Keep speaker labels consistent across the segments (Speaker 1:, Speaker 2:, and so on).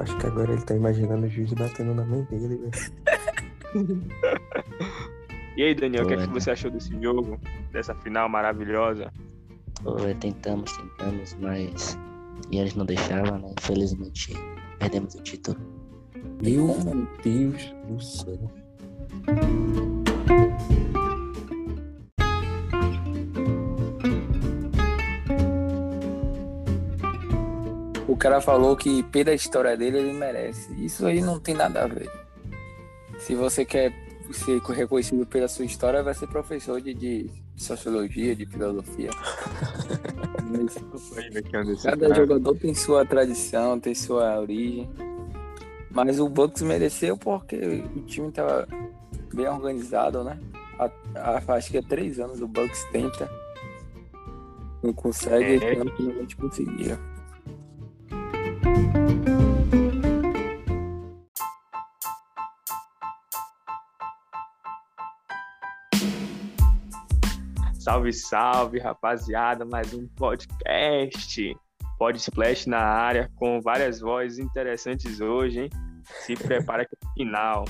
Speaker 1: acho que agora ele tá imaginando o juiz batendo na mãe dele, velho.
Speaker 2: E aí, Daniel, o que, é que
Speaker 3: Boa, né?
Speaker 2: você achou desse jogo? Dessa final maravilhosa?
Speaker 3: Pô, tentamos, tentamos, mas. E eles não deixavam, né? Infelizmente, perdemos o título.
Speaker 1: Meu Deus do céu.
Speaker 4: O cara falou que pela história dele ele merece. Isso aí não tem nada a ver. Se você quer ser reconhecido pela sua história, vai ser professor de, de sociologia, de filosofia. Mas Cada jogador tem sua tradição, tem sua origem. Mas o Bucks mereceu porque o time estava bem organizado, né? Há- há- acho que há três anos o Bucks tenta. Não consegue,
Speaker 2: É.
Speaker 4: então finalmente conseguiu.
Speaker 2: Salve, salve, rapaziada! Mais um podcast. Pod Splash na área, com várias vozes interessantes hoje, hein? Se prepara que é o final.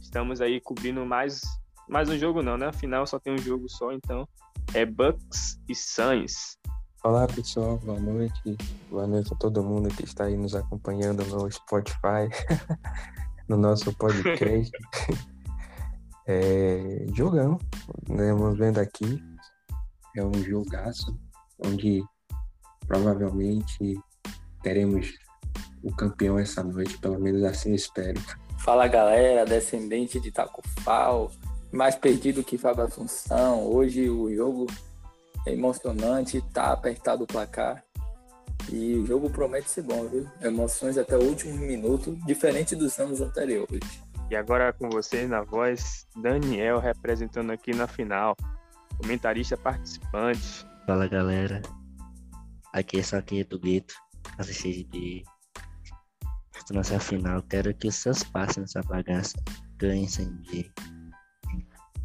Speaker 2: Estamos aí cobrindo mais, mais um jogo, não, né? Afinal, só tem um jogo só, então é Bucks e Suns.
Speaker 1: Olá pessoal, boa noite. Boa noite a todo mundo que está aí nos acompanhando no Spotify, no nosso podcast. é, jogão, né? Vamos vendo aqui. É um jogaço onde provavelmente teremos o campeão essa noite, pelo menos assim eu espero.
Speaker 4: Fala galera, descendente de Taco Fall, mais perdido que Fábio Assunção. Hoje o jogo é emocionante, tá apertado o placar. E o jogo promete ser bom, viu? Emoções até o último minuto, diferente dos anos anteriores.
Speaker 2: E agora com vocês na voz, Daniel representando aqui na final. Comentarista participante.
Speaker 3: Fala galera. Aqui é só quem é do Gueto. Assisti de de é nossa final. Quero que os seus passem nessa bagaça. Ganhem sem dia.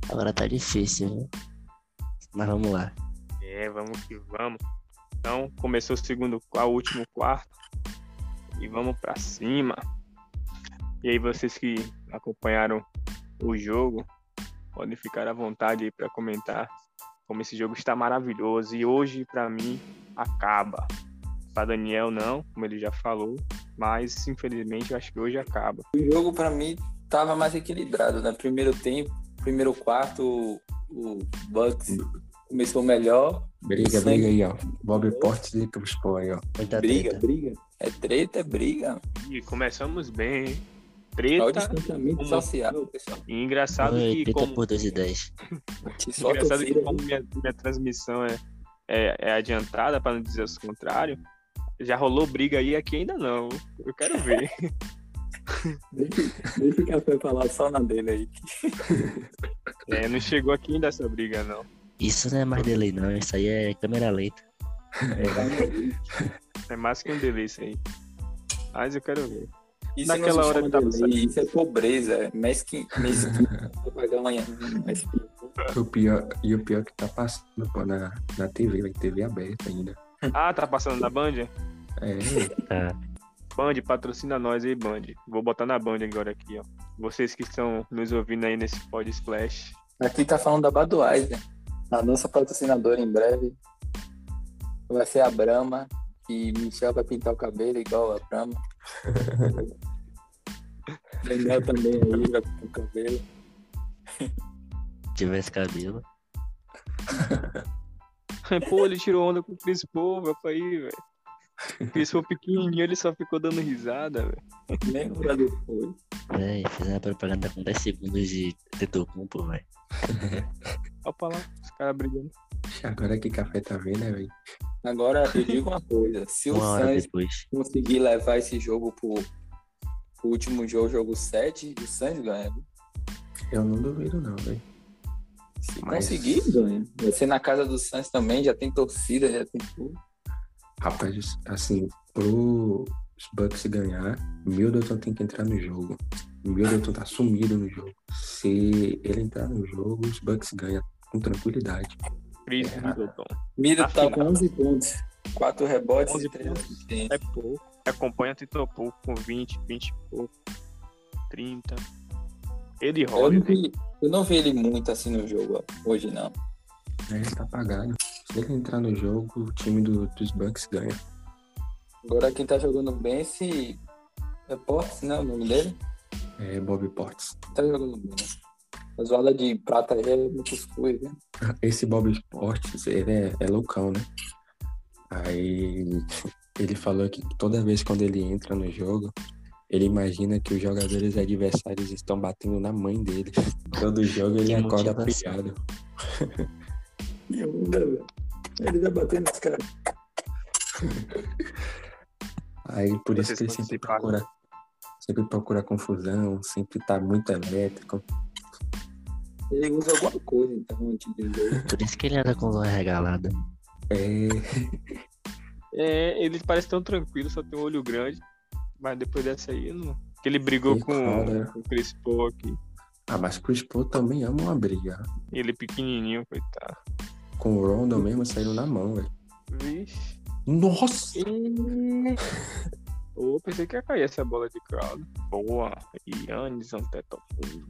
Speaker 3: Agora tá difícil, viu? Mas vamos lá.
Speaker 2: É, vamos que vamos. Então, começou o segundo, qua- o último quarto. E vamos pra cima. E aí, vocês que acompanharam o jogo, podem ficar à vontade aí pra comentar como esse jogo está maravilhoso. E hoje, pra mim, acaba. Pra Daniel, não, como ele já falou. Mas, infelizmente, eu acho que hoje acaba.
Speaker 4: O jogo para mim tava mais equilibrado, né? Primeiro tempo, primeiro quarto, o, o Bucks começou melhor.
Speaker 1: Briga,
Speaker 4: Sangue.
Speaker 1: briga aí, ó. Bob Portes e Crispo aí, ó.
Speaker 3: Muita
Speaker 4: briga,
Speaker 3: Tá treta.
Speaker 4: briga. É treta, é briga.
Speaker 2: E começamos bem, hein?
Speaker 4: É o
Speaker 2: Treta.
Speaker 4: distanciamento
Speaker 2: Uma-
Speaker 4: social, pessoal.
Speaker 2: E engraçado
Speaker 3: Oi,
Speaker 2: que,
Speaker 3: 30
Speaker 2: como
Speaker 3: por 2 e 10.
Speaker 4: Que só
Speaker 2: Engraçado que
Speaker 4: torcida
Speaker 2: como minha, minha transmissão é, é, é adiantada, pra não dizer o contrário, já rolou briga aí aqui ainda não. Eu quero ver.
Speaker 4: Deixa o café falar só na dele aí.
Speaker 2: É, não chegou aqui ainda essa briga, não.
Speaker 3: Isso não é mais delay, não. Isso aí é câmera lenta.
Speaker 2: É mais que um delícia aí. Mas eu quero ver.
Speaker 4: Isso
Speaker 2: Naquela
Speaker 4: não se
Speaker 2: hora
Speaker 4: chama
Speaker 2: que tava
Speaker 4: delay, Isso é pobreza. é Mesquinho. Mesquinho. Vou pagar amanhã. Mesquinho.
Speaker 1: O pior, e o pior que tá passando pô, na, na TV, velho, TV aberta ainda.
Speaker 2: Ah, tá passando na Band?
Speaker 1: É,
Speaker 3: Tá.
Speaker 2: Band, patrocina nós aí, Band. Vou botar na Band agora aqui, ó. Vocês que estão nos ouvindo aí nesse pod splash.
Speaker 4: Aqui tá falando da Budweiser. A nossa patrocinadora em breve vai ser a Brahma. E Michel vai pintar o cabelo igual a Brahma. Daniel também aí vai pintar o cabelo.
Speaker 3: Se tivesse cabelo.
Speaker 2: Pô, ele tirou onda com o Chris Paul, meu pai, velho. O Chris Paul pequenininho, ele só ficou dando risada, velho.
Speaker 4: Nem pra depois.
Speaker 3: Véi, É, fizeram a propaganda com 10 segundos de Tetocumpo, velho.
Speaker 2: Opa lá, os caras brigando.
Speaker 1: agora que café tá vendo, né, velho?
Speaker 4: Agora eu digo uma coisa. Se
Speaker 1: um
Speaker 4: o
Speaker 3: Uma hora
Speaker 4: Sanz
Speaker 3: depois.
Speaker 4: conseguir levar esse jogo pro, pro último jogo, jogo 7, o Santos ganha. viu?
Speaker 1: Eu não duvido, não, velho.
Speaker 4: Se
Speaker 1: Mas-
Speaker 4: conseguir, ganha. Vai ser na casa do Santos também, já tem torcida, já tem tudo.
Speaker 1: Rapaz, assim, pros Bucks ganhar, Middleton tem que entrar no jogo. Middleton tá sumido no jogo. Se ele entrar no jogo, os Bucks ganham com tranquilidade.
Speaker 2: Chris
Speaker 1: É.
Speaker 2: Middleton.
Speaker 4: Mira tá
Speaker 2: Afinal.
Speaker 4: com 11 pontos, 4 rebotes
Speaker 2: 11
Speaker 4: e 3
Speaker 2: pontos.
Speaker 4: assistências.
Speaker 2: É pouco. acompanha Titopu com 20, 20 e pouco, 30. Ele
Speaker 4: Eu
Speaker 2: rola,
Speaker 4: não, vi, eu não vi ele muito assim no jogo ó, hoje, não.
Speaker 1: Aí ele tá apagado. Se ele entrar no jogo, o time do- dos Bucks ganha.
Speaker 4: Agora quem tá jogando bem, esse. É Portes, né? O nome dele?
Speaker 1: É Bob Potts.
Speaker 4: Tá jogando bem. A zoada de prata aí é muito escura, né?
Speaker 1: Esse Bob Esportes, ele é, é loucão, né? Aí ele falou que toda vez quando ele entra no jogo, ele imagina que os jogadores adversários estão batendo na mãe dele. Todo jogo ele
Speaker 3: Que
Speaker 1: acorda
Speaker 3: motivação.
Speaker 1: pilhado.
Speaker 4: Ele vai bater nesse cara.
Speaker 1: Aí por isso
Speaker 2: Vocês
Speaker 1: que ele
Speaker 2: quando
Speaker 1: sempre
Speaker 2: se pagam.
Speaker 1: procura, sempre procura confusão, sempre tá muito elétrico.
Speaker 4: Ele usa alguma coisa, então, antes de jogo.
Speaker 3: Por isso que ele anda com lua regalada.
Speaker 1: É,
Speaker 2: É, ele parece tão tranquilo, só tem um olho grande. Mas depois dessa aí, eu não... que ele brigou
Speaker 1: Ih,
Speaker 2: com
Speaker 1: cara.
Speaker 2: com o Chris Paul aqui.
Speaker 1: Ah, mas Chris Paul também ama uma briga.
Speaker 2: Ele é pequenininho, coitado.
Speaker 1: Com o Rondo mesmo saiu na mão, velho.
Speaker 2: Vixe.
Speaker 1: Nossa!
Speaker 2: Eu pensei que ia cair essa bola de crowd. Boa. Yannis um Antetokounmpo.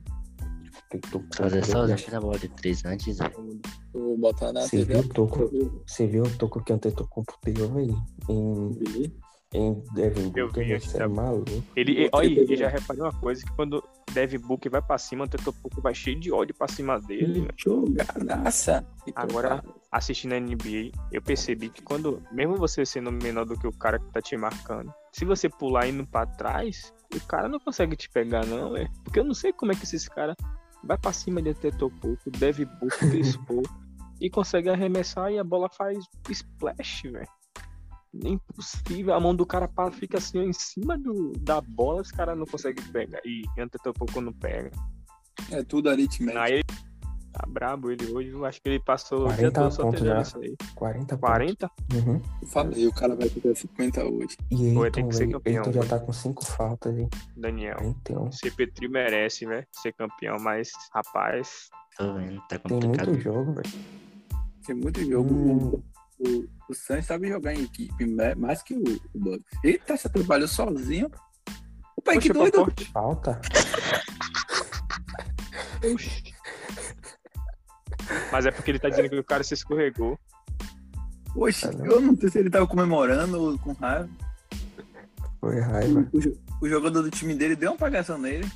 Speaker 3: Fazer só usar a bola de três antes. velho.
Speaker 4: Eu vou botar na
Speaker 1: Você
Speaker 4: TV.
Speaker 1: viu o toco? Você viu o toco que Antetokounmpo pegou, velho? Em, em Devin
Speaker 2: Eu vi,
Speaker 1: Booker,
Speaker 2: acho que
Speaker 1: você é
Speaker 2: tá-
Speaker 1: maluco.
Speaker 2: Ele, e- olha, aí, eu já reparei uma coisa, que quando o Devin Book vai pra cima, o Antetokounmpo vai cheio de ódio pra cima dele.
Speaker 4: é
Speaker 2: velho.
Speaker 4: Jogadaça.
Speaker 2: Agora- Assistindo a NBA, eu percebi que quando, mesmo você sendo menor do que o cara que tá te marcando, se você pular indo pra trás, o cara não consegue te pegar não, é. Porque eu não sei como é que esses caras vai pra cima de Antetokounmpo, Devin Book, Chris Paul, e consegue arremessar e a bola faz splash, velho. É Impossível, a mão do cara pa- fica assim ó, em cima do, da bola, os caras não conseguem pegar. E Antetokounmpo não pega.
Speaker 4: É tudo aritmético.
Speaker 2: Aí tá brabo ele hoje, eu acho que ele passou o
Speaker 1: 40
Speaker 2: dia todo só
Speaker 1: pontos
Speaker 2: treinando
Speaker 1: já.
Speaker 2: isso aí.
Speaker 1: 40 pontos.
Speaker 2: 40?
Speaker 1: Uhum.
Speaker 4: Eu falei, o cara vai ficar 50 hoje.
Speaker 1: E
Speaker 2: Pô, tem
Speaker 1: Eiton,
Speaker 2: que ser
Speaker 1: velho.
Speaker 2: campeão, né?
Speaker 1: Eiton já tá
Speaker 2: velho.
Speaker 1: com 5 faltas, hein?
Speaker 2: Daniel.
Speaker 1: Então,
Speaker 2: CP Trio merece, né? Ser campeão, mas, rapaz,
Speaker 3: Tô vendo, tá
Speaker 1: tem
Speaker 3: complicado.
Speaker 1: muito jogo, velho.
Speaker 4: Tem muito jogo.
Speaker 1: Hum.
Speaker 4: O, o Santos sabe jogar em equipe né? mais que o, o Bucks. Eita, você trabalhou sozinho. O pai que
Speaker 2: Poxa,
Speaker 4: doido.
Speaker 2: Paporte.
Speaker 1: Falta?
Speaker 2: Mas é porque ele tá dizendo que o cara se escorregou.
Speaker 4: Oxe,
Speaker 1: Tá, né?
Speaker 4: eu não sei se ele tava comemorando ou com raiva.
Speaker 1: Foi raiva.
Speaker 4: O, jo- o jogador do time dele deu uma apagação nele.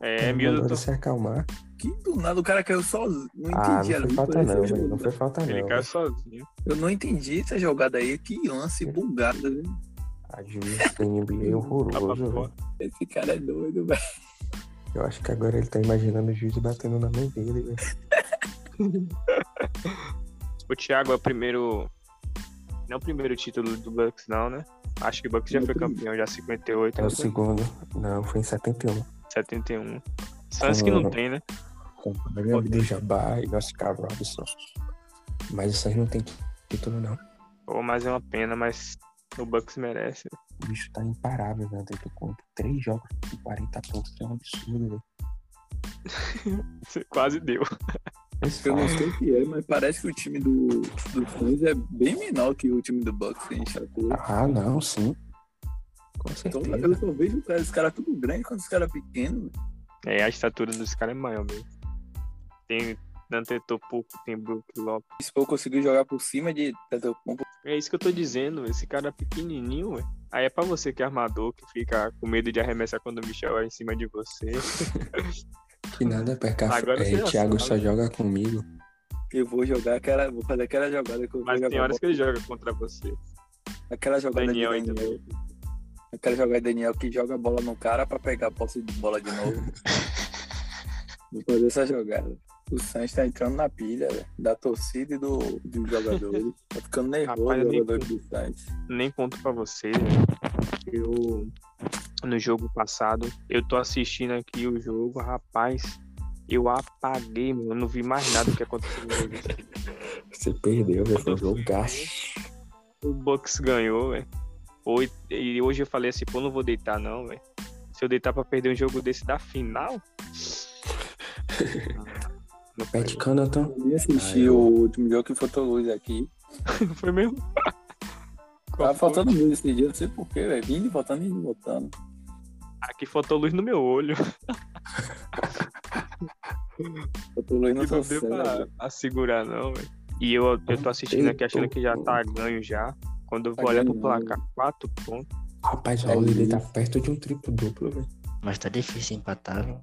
Speaker 2: É,
Speaker 1: Mandou ele
Speaker 2: Milton.
Speaker 1: se acalmar.
Speaker 4: Que do nada o cara caiu sozinho. Não
Speaker 1: Ah, não
Speaker 4: entendi.
Speaker 1: foi
Speaker 4: ali,
Speaker 1: falta
Speaker 4: parece
Speaker 1: não,
Speaker 4: um
Speaker 1: velho. Não
Speaker 4: jogo.
Speaker 1: foi falta não.
Speaker 2: Ele caiu
Speaker 1: velho.
Speaker 2: sozinho.
Speaker 4: Eu não entendi essa jogada aí. Que lance
Speaker 1: É.
Speaker 4: bugado, né?
Speaker 1: A juiz da NBA é
Speaker 2: Tá pra
Speaker 1: horroroso,
Speaker 2: fora.
Speaker 1: velho.
Speaker 4: Esse cara é doido, velho.
Speaker 1: Eu acho que agora ele tá imaginando o juiz batendo na mão dele, velho.
Speaker 2: O Thiago é o primeiro. Não é o primeiro título do Bucks, não, né? Acho que o Bucks já
Speaker 4: Não,
Speaker 2: foi
Speaker 4: primeiro.
Speaker 2: campeão, já 58,
Speaker 1: É o segundo. Não, foi em 71.
Speaker 2: 71. Santos que não
Speaker 1: Com-
Speaker 2: tem, né?
Speaker 1: com o do Jabá e nosso cara Robinson. Mas isso aí não tem título, não.
Speaker 2: Pô, mas é uma pena, mas o Bucks merece.
Speaker 1: O bicho tá imparável, né? Dentro do campo. Três jogos com 40 pontos é um absurdo, velho.
Speaker 2: Quase deu.
Speaker 1: Esse
Speaker 4: Eu não
Speaker 1: cara-
Speaker 4: sei o que é, mas parece que o time do, do Suns é bem menor que o time do Bucks, hein, Chaco?
Speaker 1: Ah, não, sim. Com
Speaker 4: Então, eu
Speaker 1: certeza.
Speaker 4: só vejo o cara- os caras tudo grande quando os caras pequenos.
Speaker 2: É, a estatura dos caras é maior mesmo. Tem Nantetopo, tem Brook Lopes.
Speaker 4: Se eu conseguir jogar por cima de Tetocompo,
Speaker 2: É isso que eu tô dizendo, esse cara é pequenininho, ué. Aí é pra você que é armador, que fica com medo de arremessar quando o Michel é em cima de você.
Speaker 1: Que nada, perca.
Speaker 2: Agora você
Speaker 1: É,
Speaker 2: já
Speaker 1: Thiago
Speaker 2: sabe.
Speaker 1: só joga comigo.
Speaker 4: eu vou jogar aquela. Vou fazer aquela jogada que eu
Speaker 2: Mas
Speaker 4: vou
Speaker 2: tem
Speaker 4: jogar.
Speaker 2: horas que ele joga contra você.
Speaker 4: Aquela jogada
Speaker 2: Daniel aí
Speaker 4: de Daniel.
Speaker 2: também.
Speaker 4: Aquela jogada de Daniel que joga a bola no cara pra pegar a posse de bola de novo. vou fazer essa jogada. O Santos tá entrando na pilha, velho. Da torcida e do, dos jogadores. Tá ficando nervoso
Speaker 2: Rapaz, eu
Speaker 4: o
Speaker 2: nem
Speaker 4: jogador do Santos.
Speaker 2: Nem conto pra você. né? Eu. No jogo passado, eu tô assistindo aqui o jogo, rapaz. Eu apaguei, mano. Eu não vi mais nada do que aconteceu no jogo.
Speaker 1: Você perdeu, velho. Foi um jogaço.
Speaker 2: O Bucks ganhou, velho. Oi- E hoje eu falei assim, pô, não vou deitar não, velho. Se eu deitar pra perder um jogo desse da final. Não foi,
Speaker 1: Pat Connaughton.
Speaker 4: Eu nem assisti
Speaker 1: Ah, eu-
Speaker 4: o último jogo que foi Luz aqui.
Speaker 2: foi mesmo?
Speaker 4: Tava Tá faltando luz esse dia, não sei porquê, velho. Vindo e voltando, indo e voltando.
Speaker 2: Aqui faltou luz no meu olho.
Speaker 4: Eu tô luz no
Speaker 2: Que
Speaker 4: seu
Speaker 2: não deu
Speaker 4: céu,
Speaker 2: pra,
Speaker 4: velho.
Speaker 2: pra segurar, não, velho. E eu, eu tô assistindo aqui achando que já tá ganho já. Quando eu vou
Speaker 4: Tá
Speaker 2: olhar pro
Speaker 4: ganho,
Speaker 2: placar, 4 pontos.
Speaker 1: Rapaz, o
Speaker 4: É
Speaker 1: Holiday
Speaker 4: isso.
Speaker 1: tá perto de um triplo duplo, velho.
Speaker 3: Mas tá difícil empatar, viu?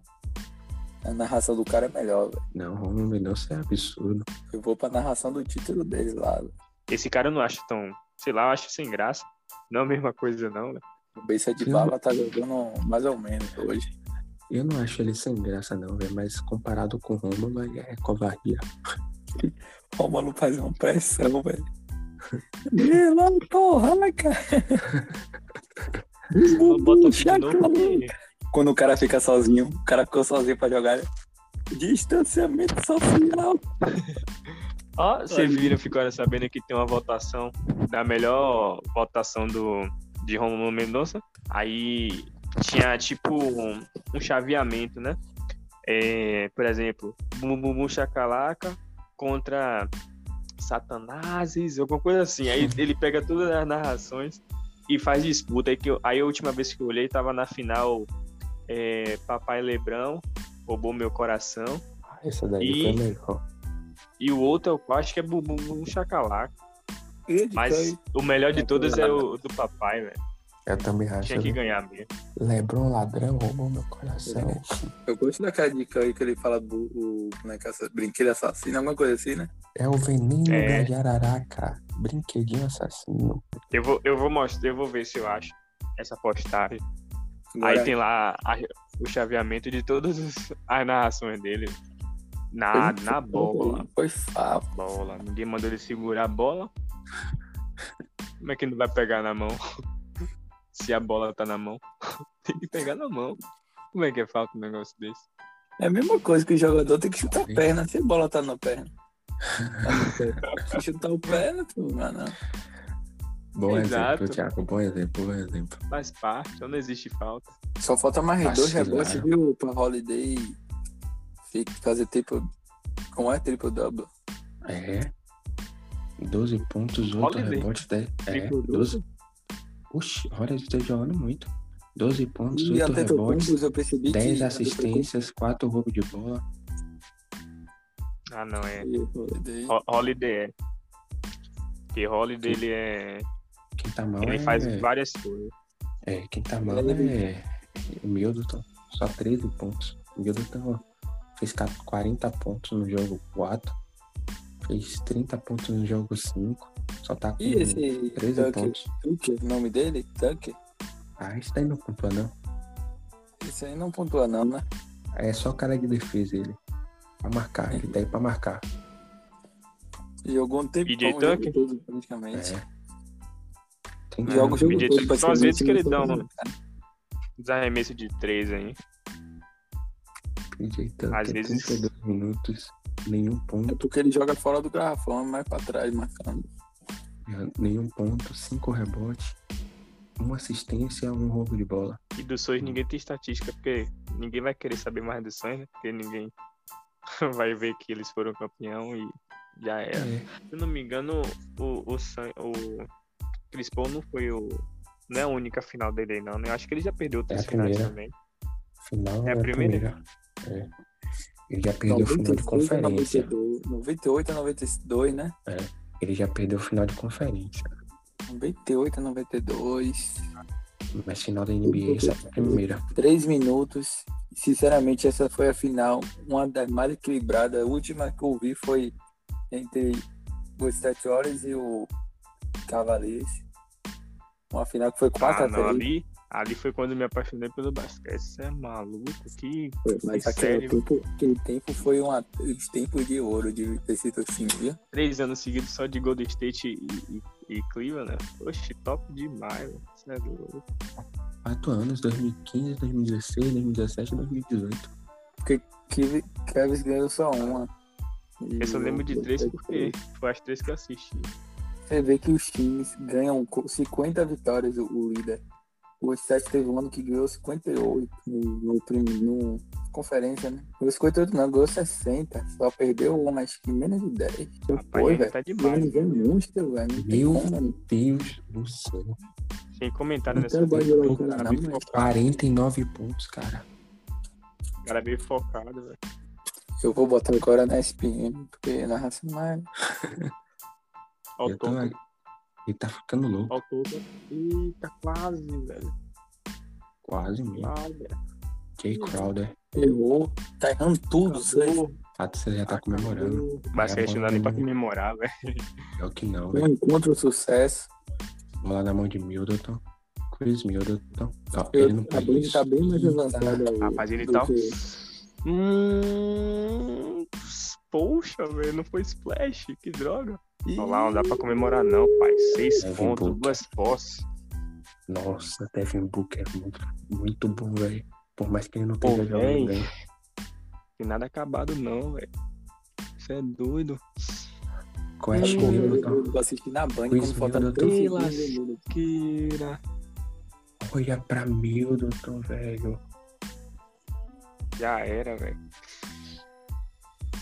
Speaker 4: A narração do cara é melhor, velho.
Speaker 1: Não, Romulo Mendonça é absurdo.
Speaker 4: Eu vou pra narração do título dele lá, velho.
Speaker 2: Esse cara eu não acho tão. Sei lá, eu acho sem graça. Não é a mesma coisa, não, velho.
Speaker 4: O Beissa de Bala tá jogando mais ou menos hoje.
Speaker 1: Eu não acho ele sem graça, não, velho. Mas comparado com o Romulo, ele é covardia.
Speaker 4: Romulo faz uma pressão, velho. Vê lá, porra, cara.
Speaker 2: Bota o filho de
Speaker 4: chaca,
Speaker 2: novo
Speaker 4: mano.
Speaker 2: e-
Speaker 4: Quando o cara fica sozinho, o cara ficou sozinho pra jogar. né? Distanciamento social.
Speaker 2: Ó, vocês viram, ficaram sabendo que tem uma votação da melhor votação do, de Romulo Mendonça. Aí tinha tipo um, um chaveamento, né? É, por exemplo, Bumbum Chacalaca contra Satanases, alguma coisa assim. Aí ele pega todas as narrações e faz disputa. Aí, que eu- aí a última vez que eu olhei, tava na final é, Papai Lebrão, roubou meu coração.
Speaker 1: Ah, Essa daí
Speaker 2: E-
Speaker 1: foi melhor.
Speaker 2: E o outro, eu acho que é Bumbum Bumbum Chacalaca. Mas
Speaker 4: Mas...
Speaker 2: o melhor de todas é o do papai, velho.
Speaker 1: Eu também acho.
Speaker 2: Tinha que ganhar mesmo.
Speaker 1: Lebron ladrão roubou meu coração.
Speaker 4: Eu gosto daquela dica aí que ele fala bu- o como é que é essa- brinquedo assassino, alguma coisa assim, né?
Speaker 1: É o veneno da
Speaker 2: É.
Speaker 1: jararaca. Brinquedinho assassino.
Speaker 2: Eu vou, eu vou mostrar, eu vou ver se eu acho essa postagem.
Speaker 4: Agora,
Speaker 2: Aí tem lá a- o chaveamento de todas as, as narrações dele. Na,
Speaker 4: ele
Speaker 2: na bola.
Speaker 4: Foi fácil.
Speaker 2: Bola. Ninguém mandou ele segurar a bola. Como é que não vai pegar na mão? Se a bola tá na mão. Tem que pegar na mão. Como é que é falta um negócio desse?
Speaker 4: É a mesma coisa que o jogador tem que chutar a perna, se a bola tá na perna. Tá no pé. Se chutar o pé, não tem lugar, não.
Speaker 1: Bom
Speaker 2: Exato.
Speaker 1: exemplo, Thiago. Bom exemplo, bom exemplo.
Speaker 2: Faz parte, então não existe falta.
Speaker 4: Só falta mais
Speaker 1: Vacilado.
Speaker 4: dois
Speaker 1: é.
Speaker 4: rebotes, viu, pra Holiday fi- fazer tipo. Como é triple double?
Speaker 1: É. 12 pontos, 8
Speaker 2: Holiday.
Speaker 1: rebotes, 10. É,
Speaker 2: Triplo duplo.
Speaker 1: 12. Oxi, olha, ele tá jogando muito. 12 pontos,
Speaker 4: E
Speaker 1: 8
Speaker 4: até
Speaker 1: rebotes,
Speaker 4: eu percebi
Speaker 1: 10
Speaker 4: que.
Speaker 1: assistências, 4 roubos de bola.
Speaker 2: Ah, não, é.
Speaker 4: E o Holiday-
Speaker 2: Ho- Holiday é. Porque Holiday ele é.
Speaker 1: Quem tá mal
Speaker 2: Ele
Speaker 1: é...
Speaker 2: faz várias coisas.
Speaker 1: É, quem tá mal
Speaker 4: Ele-
Speaker 1: é o Middleton, só 13 pontos. O Middleton fez ca- 40 pontos no jogo 4, fez 30 pontos no jogo 5, só tá com
Speaker 4: E esse
Speaker 1: 13
Speaker 4: Tucker?
Speaker 1: pontos.
Speaker 4: Tucker, o nome dele? Tucker?
Speaker 1: Ah, isso daí não pontua não.
Speaker 4: Isso aí não pontua, não, né?
Speaker 1: É só o cara de defesa ele. Pra marcar, ele tá aí pra marcar.
Speaker 4: Jogou um tempo
Speaker 2: PJ Tucker?
Speaker 4: todo, praticamente.
Speaker 1: É. né? Tem
Speaker 2: Ah,
Speaker 4: Joga o jogo
Speaker 2: PJ
Speaker 4: todo, né?
Speaker 2: Tucker, só às vezes que ele dá
Speaker 4: praticamente,
Speaker 2: um- Desarremesso de três aí.
Speaker 1: PJ
Speaker 2: Às
Speaker 1: Às
Speaker 2: vezes-
Speaker 1: vezes 32 minutos, nenhum
Speaker 4: É
Speaker 1: ponto,
Speaker 4: porque ele joga fora do garrafão, é mais pra trás, marcando.
Speaker 1: nenhum ponto, 5 rebotes, uma assistência, um roubo de bola.
Speaker 2: E do Sonhos ninguém tem estatística, porque ninguém vai querer saber mais do Sonhos, né? Porque ninguém vai ver que eles foram campeão e já era.
Speaker 1: É.
Speaker 2: Se eu não me engano, o, o, San- o Chris Paul não foi o. Não é a única final dele aí, não. né? Eu acho que ele já perdeu outras
Speaker 1: É a
Speaker 2: finais
Speaker 1: primeira.
Speaker 2: também.
Speaker 1: Final
Speaker 2: É a primeira?
Speaker 1: primeira. É. Ele já perdeu o final de
Speaker 4: 96,
Speaker 1: conferência.
Speaker 4: 92, 98 a 92, né?
Speaker 1: Ele já perdeu o final de conferência.
Speaker 4: 98 a 92.
Speaker 1: Mas final da NBA, essa é a primeira.
Speaker 4: 3 minutos. Sinceramente, essa foi a final, uma das mais equilibradas. A última que eu vi foi entre os Sete Horas e o Cavaliers. Uma final que foi 4
Speaker 2: Ah,
Speaker 4: a
Speaker 2: não,
Speaker 4: 3.
Speaker 2: ali, ali foi quando eu me apaixonei pelo basquete. Você é maluco? Que
Speaker 4: Mas aquele
Speaker 2: Foi sério?
Speaker 4: tempo, aquele tempo foi uma, os tempos de ouro de ter sido assim, viu?
Speaker 2: três anos seguidos só de Golden State e, e, e Cleveland, né? Oxe, top demais, mano. Cê é louco.
Speaker 1: Quatro anos, 2015, 2016, 2017, 2018.
Speaker 4: Que Kevs ganhou só uma. E
Speaker 2: Eu só lembro de
Speaker 4: o-
Speaker 2: três porque foi as três que eu assisti.
Speaker 4: Você vê que os times ganham co- 50 vitórias, o- o líder. O Sete teve um ano que ganhou 58 no, no, prim- no conferência, né? Ganhou 58 não, ganhou 60. Só perdeu um, acho que menos de 10.
Speaker 2: Rapaz,
Speaker 4: Foi,
Speaker 2: aí
Speaker 4: velho.
Speaker 2: tá
Speaker 4: O
Speaker 2: demais.
Speaker 4: ano vem monstro, velho. Não tem
Speaker 1: Meu
Speaker 4: como, mano.
Speaker 1: Deus do céu.
Speaker 2: Sem comentário
Speaker 4: Não
Speaker 2: nessa.
Speaker 4: quero bagulho
Speaker 1: O
Speaker 4: o cara,
Speaker 1: cara
Speaker 4: não,
Speaker 1: me
Speaker 4: mas
Speaker 1: 49 pontos, cara.
Speaker 2: O cara é bem focado, velho.
Speaker 4: eu vou botar agora na SPM, porque na raça não é.
Speaker 2: Ó o
Speaker 1: Eu tô-
Speaker 2: Toco,
Speaker 1: Ele tá ficando louco,
Speaker 2: ó o Toco. Eita, quase, velho.
Speaker 1: quase mesmo.
Speaker 2: Quase.
Speaker 1: Jay Crowder.
Speaker 4: Errou. Tá errando tudo, sei.
Speaker 2: Acabou.
Speaker 1: Fato você já tá comemorando.
Speaker 2: Mas que a gente não dá nem pra comemorar, velho.
Speaker 1: Pior que não, velho.
Speaker 4: Não encontra o um sucesso.
Speaker 1: Bola na mão de Middleton. Chris Middleton. Ó,
Speaker 4: Eu,
Speaker 1: ele não
Speaker 4: a Brand tá bem mais avançada. aí
Speaker 2: Rapaz, ele
Speaker 4: do
Speaker 2: tá.
Speaker 4: que-
Speaker 2: Hum, poxa, velho, não foi splash, que droga. Olha Então lá, não dá pra comemorar não, pai. Seis
Speaker 1: Devin
Speaker 2: pontos,
Speaker 1: Booker.
Speaker 2: duas posses.
Speaker 1: Nossa, Devin Booker é muito, muito bom, velho. Por mais que ele não
Speaker 2: Pô,
Speaker 1: tenha
Speaker 2: véi.
Speaker 1: jogado bem.
Speaker 2: Tem nada acabado não, velho. Isso é doido.
Speaker 1: Quest
Speaker 2: Hum.
Speaker 1: Middleton.
Speaker 4: Eu assisti na Band
Speaker 1: Chris
Speaker 4: quando faltava
Speaker 1: Middleton.
Speaker 4: três
Speaker 2: Pela
Speaker 4: segundos.
Speaker 2: Kira.
Speaker 1: Olha pra Middleton, velho.
Speaker 2: Já era, velho.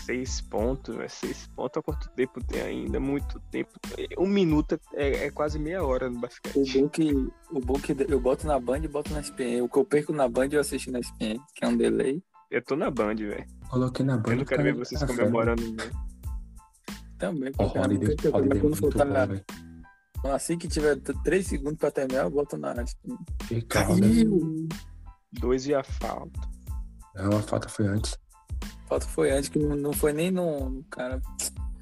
Speaker 2: Seis pontos, velho. Seis pontos. Há quanto tempo tem ainda? Muito tempo. Um minuto é, é quase meia hora no
Speaker 4: O
Speaker 2: basquete.
Speaker 4: bom que, o bom que eu boto na Band e boto na SPN. O que eu perco na Band eu assisti na SPN, que é um delay.
Speaker 2: Eu tô na Band, velho.
Speaker 1: Coloquei na banda.
Speaker 2: Eu não quero ver vocês comemorando, não.
Speaker 4: Também,
Speaker 1: Ó,
Speaker 4: porque
Speaker 1: Holiday,
Speaker 4: nunca-
Speaker 1: Holiday é
Speaker 4: quando
Speaker 1: muito bom, né?
Speaker 4: faltar
Speaker 1: velho.
Speaker 4: assim que tiver t- três segundos pra terminar, eu boto na SPN.
Speaker 1: Jay Crowder.
Speaker 2: Dois e a falta.
Speaker 1: Não, a falta foi antes.
Speaker 4: A foto foi antes, que não, não foi nem no, no cara.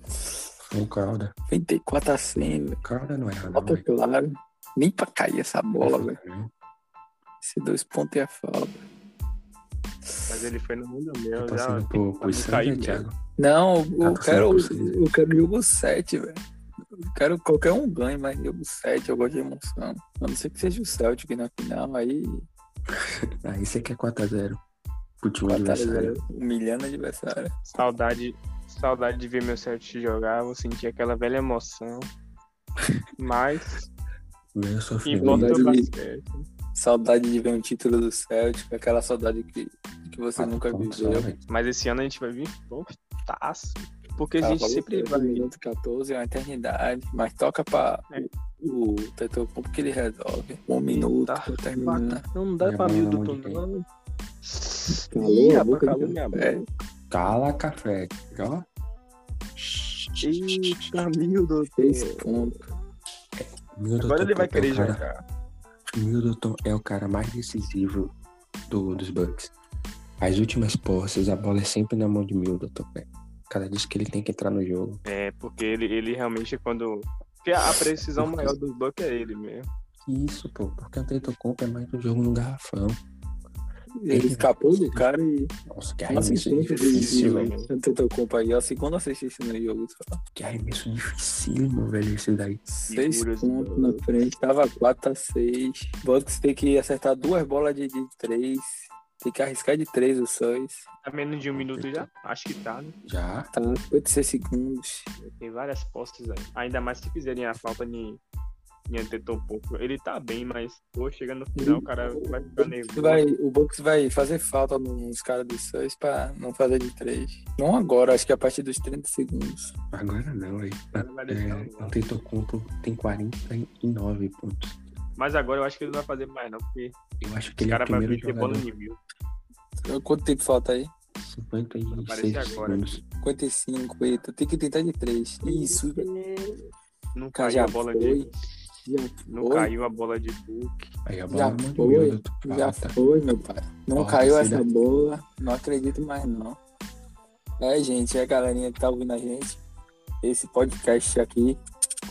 Speaker 1: Foi o Crowder.
Speaker 4: 24 a 100, velho.
Speaker 1: O Crowder não erra, não,
Speaker 4: Bota
Speaker 1: velho.
Speaker 4: claro. Nem pra cair essa bola,
Speaker 2: Uhum.
Speaker 4: velho.
Speaker 1: velho.
Speaker 4: Esse dois pontos é falta.
Speaker 2: Mas ele foi no mundo meu.
Speaker 1: Tá
Speaker 2: Já,
Speaker 1: passando por
Speaker 2: não
Speaker 1: por
Speaker 2: cair
Speaker 1: Sandy,
Speaker 2: mesmo.
Speaker 1: Thiago.
Speaker 4: Não, eu
Speaker 1: Tá
Speaker 4: quero,
Speaker 1: torcendo pro Cid.
Speaker 4: eu quero jogo 7, velho. Eu quero qualquer um ganhe, mas jogo 7, eu gosto de emoção. A não ser que seja o Celtic na final, aí
Speaker 1: Aí você quer 4x0. Pro time
Speaker 4: batalha
Speaker 1: adversário.
Speaker 4: humilhando o adversário.
Speaker 2: Saudade, saudade de ver meu Celtic jogar, vou sentir aquela velha emoção. Mas,
Speaker 1: Meu
Speaker 2: que bom
Speaker 1: sofrimento.
Speaker 2: meu
Speaker 4: Saudade
Speaker 2: basquete.
Speaker 4: Saudade de ver um título do Celtic, aquela saudade que, que você
Speaker 2: Ah,
Speaker 1: Quatro
Speaker 4: nunca né?
Speaker 1: pontos só,
Speaker 4: viveu.
Speaker 1: velho.
Speaker 2: Mas esse ano a gente vai vir fortaço. Porque a
Speaker 4: Cara,
Speaker 2: gente
Speaker 4: Ah, falou
Speaker 2: sempre
Speaker 4: sério,
Speaker 2: vai.
Speaker 4: um minuto 14 é uma eternidade, mas toca pra
Speaker 2: É.
Speaker 4: o, o Tetocompo que ele resolve. Um minuto
Speaker 2: Tá,
Speaker 4: pra terminar.
Speaker 2: Não dá
Speaker 1: Minha
Speaker 2: pra
Speaker 1: mão
Speaker 2: mil
Speaker 1: na mão
Speaker 2: do
Speaker 1: de
Speaker 2: não.
Speaker 4: Calou
Speaker 2: Ih,
Speaker 4: a
Speaker 2: rapaz,
Speaker 4: boca
Speaker 2: calou
Speaker 4: de-
Speaker 2: minha boca.
Speaker 4: É.
Speaker 1: Cala, café. Ó.
Speaker 2: Eita, Milton.
Speaker 4: Seis pontos.
Speaker 1: Middleton
Speaker 2: Agora ele vai
Speaker 1: é o cara-
Speaker 2: querer jogar.
Speaker 1: Middleton é o cara mais decisivo do, dos Bucks. As últimas posses, a bola é sempre na mão de Middleton, velho. O cara diz que ele tem que entrar no jogo.
Speaker 2: É, porque ele, ele realmente é quando. Porque a precisão maior do Buck é ele mesmo.
Speaker 1: Que isso, pô. Porque o Tetocompo é mais do jogo no garrafão.
Speaker 2: É.
Speaker 4: Ele escapou do cara É e
Speaker 1: Nossa, que
Speaker 4: Nossa,
Speaker 1: arremesso
Speaker 4: assistente
Speaker 1: difícil,
Speaker 4: decisivo,
Speaker 1: velho.
Speaker 4: hein? Eu tento acompanhar, segundo assistente no jogo. só.
Speaker 1: Que arremesso dificílimo, velho, esse daí.
Speaker 4: Seis
Speaker 2: Seguras,
Speaker 4: pontos
Speaker 2: mano.
Speaker 4: na frente, tava 4 a 6. Bucks tem que acertar duas bolas de, de três. Tem que arriscar de três os seis.
Speaker 2: Tá menos de um minuto já? Acho que tá, né?
Speaker 1: Já.
Speaker 4: Tá, 86 segundos.
Speaker 2: Tem várias postas aí. Ainda mais se fizerem a falta de, de Antetokounmpo. Ele tá bem, mas, pô, chegando no final, o cara vai ficar né? nervoso.
Speaker 4: Vai, o Bucks vai fazer falta nos caras dos seis pra não fazer de três. Não agora, acho que a partir dos 30 segundos.
Speaker 1: Agora não, velho.
Speaker 2: Agora vai deixar
Speaker 1: É,
Speaker 2: o
Speaker 1: o Tetocompo tem 49 pontos.
Speaker 2: Mas agora eu acho que ele não vai fazer mais, não, porque
Speaker 1: Eu acho que
Speaker 2: o
Speaker 1: ele é
Speaker 2: cara
Speaker 1: o
Speaker 2: vai
Speaker 1: primeiro
Speaker 2: meter bola
Speaker 1: jogador.
Speaker 2: de mil.
Speaker 4: Quanto tempo falta aí?
Speaker 1: 56
Speaker 2: Aparece agora.
Speaker 1: segundos.
Speaker 4: 55, eita. Tem que tentar de três. Isso,
Speaker 2: Não
Speaker 4: Cara,
Speaker 2: caiu a
Speaker 4: já
Speaker 2: bola
Speaker 4: foi.
Speaker 2: de.
Speaker 4: já
Speaker 2: Não
Speaker 4: foi.
Speaker 2: caiu a bola de Book.
Speaker 1: Aí a
Speaker 4: Já
Speaker 1: bola na mão de
Speaker 4: foi,
Speaker 1: Middleton.
Speaker 4: Já
Speaker 1: Falta.
Speaker 4: foi, meu pai. Não
Speaker 1: Ó,
Speaker 4: caiu
Speaker 1: torcida.
Speaker 4: essa bola. Não acredito mais, não. É, gente, é a galerinha que tá ouvindo a gente. Esse podcast aqui,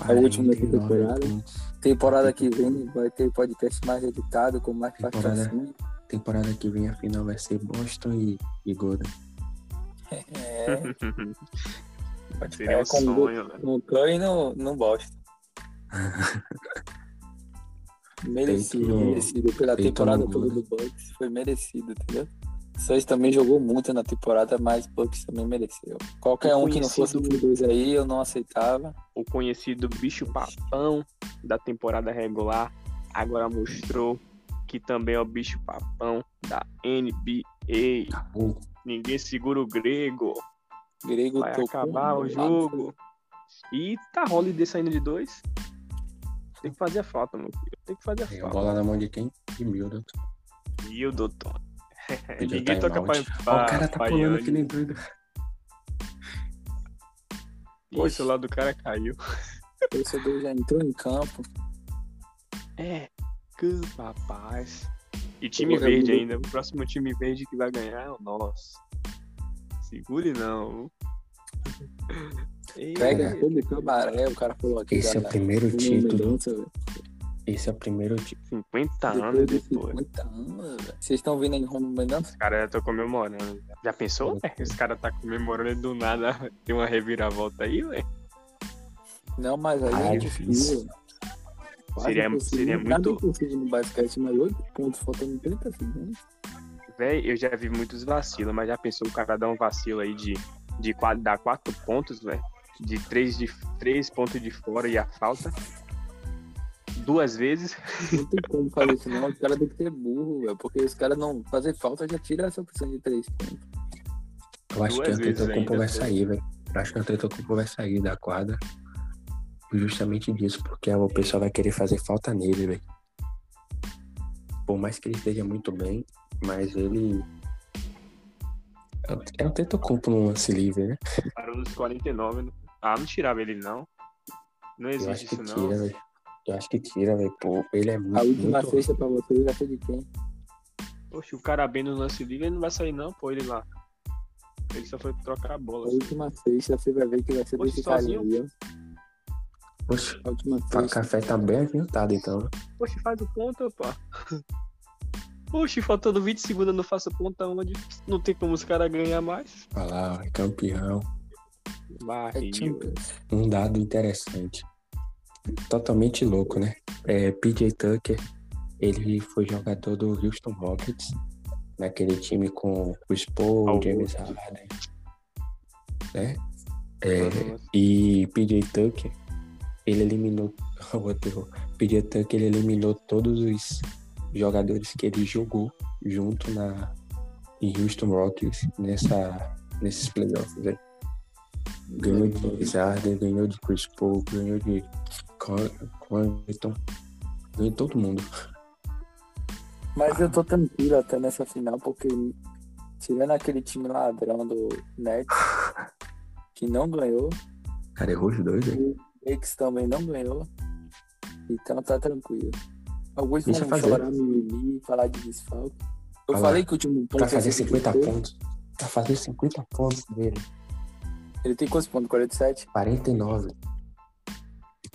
Speaker 4: É o último daqui da
Speaker 1: 49
Speaker 4: temporada.
Speaker 1: pontos.
Speaker 4: temporada que vem, vai ter podcast mais editado, com mais
Speaker 1: Temporada.
Speaker 4: participação.
Speaker 1: Temporada que vem a final vai ser Boston e, e Golden.
Speaker 4: É, pode
Speaker 2: Seria
Speaker 4: é,
Speaker 2: um
Speaker 4: com
Speaker 2: sonho, velho.
Speaker 4: No Cã e no, no Boston. merecido,
Speaker 1: Feito no-
Speaker 4: merecido. Pela
Speaker 1: feito
Speaker 4: temporada
Speaker 1: no
Speaker 4: toda
Speaker 1: gol, né?
Speaker 4: do Bucks, foi merecido, entendeu? O Suns também jogou muito na temporada, mas o Bucks também mereceu. Qualquer
Speaker 2: O
Speaker 4: um que não fosse
Speaker 2: conhecido-
Speaker 4: um dois aí, eu não aceitava.
Speaker 2: O conhecido bicho papão da temporada regular agora mostrou que também é o bicho papão da NBA.
Speaker 1: Acabou.
Speaker 2: Ninguém segura o grego.
Speaker 4: Grego
Speaker 2: Vai
Speaker 4: tocou
Speaker 2: acabar o
Speaker 4: no
Speaker 2: jogo. E tá Holiday saindo de dois. Tem que fazer a falta, meu filho. Tem que fazer a
Speaker 1: Aí é, a
Speaker 2: falta.
Speaker 1: bola na mão de quem? De Mildon.
Speaker 2: E o Doutor.
Speaker 1: Pediu
Speaker 2: Ninguém toca pra,
Speaker 1: timeout.
Speaker 2: pra,
Speaker 1: tá Ó, o cara tá
Speaker 2: pra
Speaker 1: pulando
Speaker 2: Yanni.
Speaker 1: que nem doido.
Speaker 2: Pô, o celular do cara caiu.
Speaker 4: lado. O torcedor já entrou em campo.
Speaker 2: É, que rapaz. é E time
Speaker 4: Eu vou
Speaker 2: verde
Speaker 4: jogar-
Speaker 2: ainda. O próximo time verde que vai ganhar é o nosso. Segure não. viu?
Speaker 4: Pega
Speaker 1: Cara.
Speaker 4: todo o cabaré, o cara falou aqui.
Speaker 1: Esse é o
Speaker 4: galera,
Speaker 1: primeiro
Speaker 4: uma
Speaker 1: título.
Speaker 4: mudança, velho.
Speaker 1: Esse é o primeiro título.
Speaker 2: 50
Speaker 4: Depois
Speaker 2: anos
Speaker 4: de
Speaker 2: Tá depois.
Speaker 4: 50 anos, velho. Vocês estão vendo aí como mudança?
Speaker 2: Os caras já estão comemorando. Já pensou? velho? Os caras tá comemorando e do nada tem uma reviravolta aí, velho.
Speaker 4: Não, mas aí
Speaker 1: Ah,
Speaker 4: é
Speaker 1: difícil.
Speaker 4: difícil. Quase
Speaker 2: Seria-
Speaker 4: impossível.
Speaker 2: seria
Speaker 4: Nada
Speaker 2: muito-
Speaker 4: impossível no basquete, mas 8 pontos faltando 30 segundos.
Speaker 2: Véi, eu já vi muitos vacilos, mas já pensou o cara dar um vacilo aí de, de quatro, dar quatro pontos, velho? De três, de três pontos de fora e a falta. Duas vezes.
Speaker 4: Não tem como fazer isso, não. Os caras têm que ser burro, velho. Porque os caras não fazer falta já tira essa opção de 3 pontos.
Speaker 1: Eu acho
Speaker 2: Duas
Speaker 1: que o
Speaker 2: vezes
Speaker 1: Antetokounmpo
Speaker 2: ainda, assim.
Speaker 1: vai
Speaker 2: pô.
Speaker 1: sair, velho. Eu acho que o Antetokounmpo vai sair da quadra. Justamente disso, porque o pessoal vai querer fazer falta nele, velho. Por mais que ele esteja muito bem, mas ele. É o Antetokounmpo no lance livre, né?
Speaker 2: Parou nos 49. né? Ah, não tirava ele, não. Não
Speaker 1: Eu acho
Speaker 2: existe
Speaker 1: que
Speaker 2: isso, não.
Speaker 1: tira, velho. Eu acho que tira, velho. Pô, ele é muito.
Speaker 4: A última
Speaker 1: muito-
Speaker 4: sexta pra vocês vai ser de quem?
Speaker 2: Poxa, o cara bem no lance livre, ele não vai sair, não, pô, ele lá. Ele só foi trocar a
Speaker 4: A
Speaker 2: bola. assim.
Speaker 4: última sexta você vai ver que vai ser
Speaker 2: Poxa,
Speaker 4: desse
Speaker 2: sozinho?
Speaker 4: carinha aí, ó.
Speaker 1: Poxa,
Speaker 4: A última
Speaker 1: o
Speaker 4: sexta.
Speaker 1: café tá bem adiantado, então. né?
Speaker 2: Poxa, faz o ponto, pô. Poxa, faltando 20 segundos eu não faço ponta onde não tem como os caras ganhar mais.
Speaker 1: Olha lá, ó, é campeão.
Speaker 4: É
Speaker 2: Barril.
Speaker 4: Champions.
Speaker 1: um dado interessante. Totalmente louco, né? É, PJ Tucker, ele foi jogador do Houston Rockets, naquele time com o Chris Paul,
Speaker 2: Ao
Speaker 1: James Harden, né? É, e PJ Tucker, ele eliminou o outro. PJ Tucker ele eliminou todos os jogadores que ele jogou junto na em Houston Rockets nessa nesses playoffs, né? Ganhou de James Harden, ganhou de Chris Paul, ganhou de Covington, ganhou de todo mundo.
Speaker 4: Mas eu tô tranquilo até nessa final, porque tirando aquele time ladrão do Nets, que não ganhou,
Speaker 1: Cara, errou os dois, velho.
Speaker 4: o Knicks também não ganhou, então tá tranquilo. Alguns
Speaker 1: Deixa
Speaker 4: vão
Speaker 1: fazer.
Speaker 4: chorar mimimi, falar de desfalque. Eu
Speaker 1: Vai lá.
Speaker 4: falei que o último ponto...
Speaker 1: Pra fazer
Speaker 4: é
Speaker 1: 50
Speaker 4: 52.
Speaker 1: pontos. Pra fazer 50 pontos dele.
Speaker 4: Ele tem quantos pontos? 47?
Speaker 1: 49.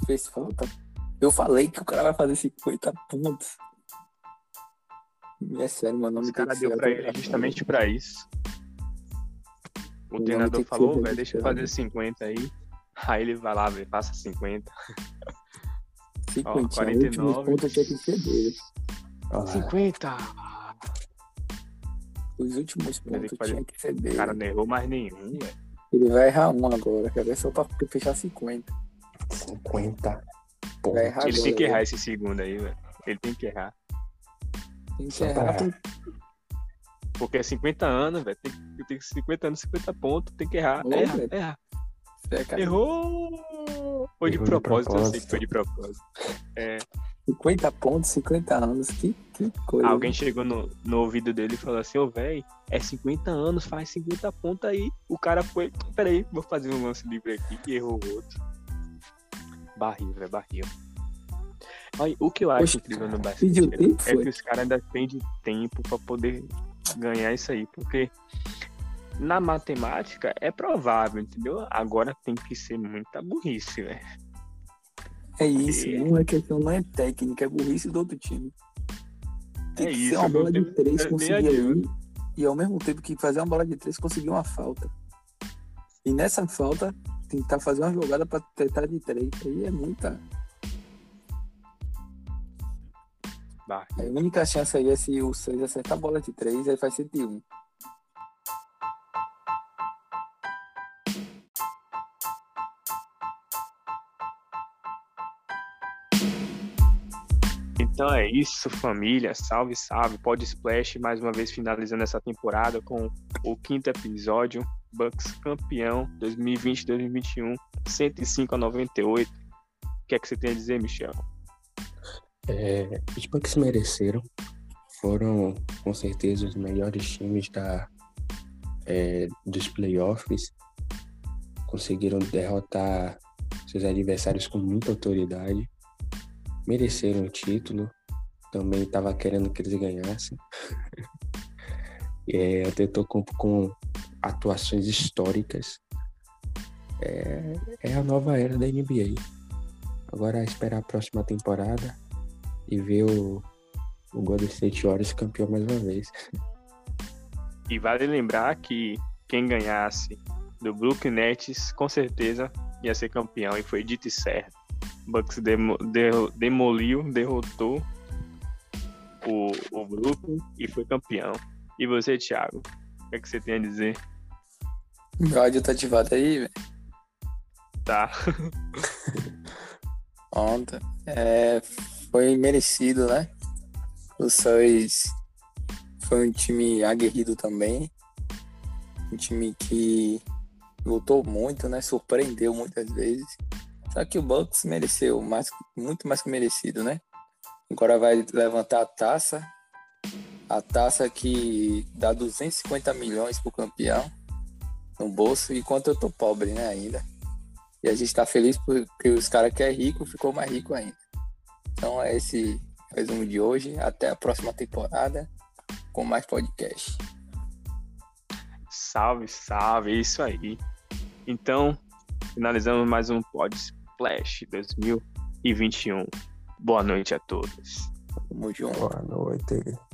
Speaker 4: Fez falta? Eu falei que o cara vai fazer 50 pontos. É sério, mano. não
Speaker 2: Os
Speaker 4: tem
Speaker 2: caras
Speaker 4: que
Speaker 2: deu
Speaker 4: ser
Speaker 2: pra
Speaker 4: outra
Speaker 2: ele
Speaker 4: coisa.
Speaker 2: justamente pra isso.
Speaker 4: Não,
Speaker 2: O
Speaker 4: tem
Speaker 2: treinador
Speaker 4: que
Speaker 2: falou,
Speaker 4: ser
Speaker 2: velho, deixa eu fazer 50 aí. Aí ele vai lá, velho, passa 50.
Speaker 4: 50,
Speaker 2: Ó, 49.
Speaker 4: Os últimos pontos tinha que ser dele.
Speaker 1: Olha lá.
Speaker 2: 50!
Speaker 4: Os últimos
Speaker 2: Mas ele
Speaker 4: pontos
Speaker 2: pode-
Speaker 4: tinha que ser dele.
Speaker 2: O cara não errou mais nenhum, velho.
Speaker 4: Ele vai errar um agora, cara. É só pra fechar 50.
Speaker 1: 50
Speaker 4: Vai
Speaker 1: pontos.
Speaker 4: errar
Speaker 2: Ele tem
Speaker 4: agora,
Speaker 2: que
Speaker 4: né?
Speaker 2: errar esse segundo aí, velho. Ele tem que errar.
Speaker 4: Tem que
Speaker 1: Só pra
Speaker 4: errar.
Speaker 1: errar.
Speaker 2: Porque é 50 anos, velho. Tem, que- tem que 50 anos, 50 pontos, tem que errar.
Speaker 4: Ô,
Speaker 2: erra,
Speaker 4: velho.
Speaker 2: erra.
Speaker 4: pra- é, cara,
Speaker 2: Errou! Foi de
Speaker 1: Errou de
Speaker 2: propósito, eu sei que
Speaker 1: propósito.
Speaker 2: foi de propósito.
Speaker 4: 50 pontos, 50 anos. Que, que coisa.
Speaker 2: Alguém chegou no, no ouvido dele e falou assim, ô véi, é 50 anos, faz 50 pontos aí. O cara foi, peraí, vou fazer um lance livre aqui e errou o outro. Barril, velho, barril. Olha, o que eu acho
Speaker 4: Poxa,
Speaker 2: incrível no basquete
Speaker 4: Pediu
Speaker 2: velho,
Speaker 4: tempo,
Speaker 2: é que
Speaker 4: foi.
Speaker 2: os caras ainda têm de tempo pra poder ganhar isso aí, porque na matemática é provável, entendeu? Agora tem que ser muita burrice, velho.
Speaker 4: É isso. Não é questão, não é técnica, é burrice do outro time. Tem
Speaker 2: É
Speaker 4: que ser
Speaker 2: isso,
Speaker 4: uma
Speaker 2: meu é
Speaker 4: bola de
Speaker 2: Deus, eu
Speaker 4: 3
Speaker 2: nem
Speaker 4: conseguir ali.
Speaker 2: adianto.
Speaker 4: E ao mesmo tempo que fazer uma bola de 3 conseguir uma falta. E nessa falta, tentar fazer uma jogada pra tentar de 3. Aí é muita.
Speaker 2: Barril.
Speaker 4: A única chance aí é se o Suns acertar a bola de 3, aí faz 101.
Speaker 2: Então é isso, família. Salve, salve. Pod Splash, mais uma vez finalizando essa temporada com o quinto episódio. Bucks campeão 2020-2021, 105 a 98. O que é que você tem a dizer, Michel?
Speaker 1: É, os Bucks mereceram. Foram, com certeza, os melhores times da, é, dos playoffs. Conseguiram derrotar seus adversários com muita autoridade. Mereceram o título. Também estava querendo que eles ganhassem. é, eu tentou com, com atuações históricas. É, é a nova era da NBA. Agora é esperar a próxima temporada e ver o, o Golden State Warriors campeão mais uma vez.
Speaker 2: E vale lembrar que quem ganhasse do Brooklyn Nets, com certeza ia ser campeão, e foi dito e certo. Bucks demo- derro- demoliu, derrotou o, o Brooklyn e foi campeão. E você, Thiago, o que, é que você tem a dizer?
Speaker 4: Meu áudio tá ativado aí, velho.
Speaker 2: Tá,
Speaker 4: Ontem. É, foi merecido, né? O Suns foi um time aguerrido também. Um time que lutou muito, né? Surpreendeu muitas vezes. Só que o Bucks mereceu, mais, muito mais que merecido, né? Agora vai levantar a taça. A taça que dá 250 milhões pro campeão no bolso, enquanto eu tô pobre, né, ainda. E a gente tá feliz porque os caras que é rico ficou mais rico ainda. Então é esse resumo de hoje. Até a próxima temporada com mais podcast.
Speaker 2: salve, salve, é isso aí. Então, finalizamos mais um Pod Splash 2021. Boa noite a todos.
Speaker 4: Tamo junto.
Speaker 1: Boa noite.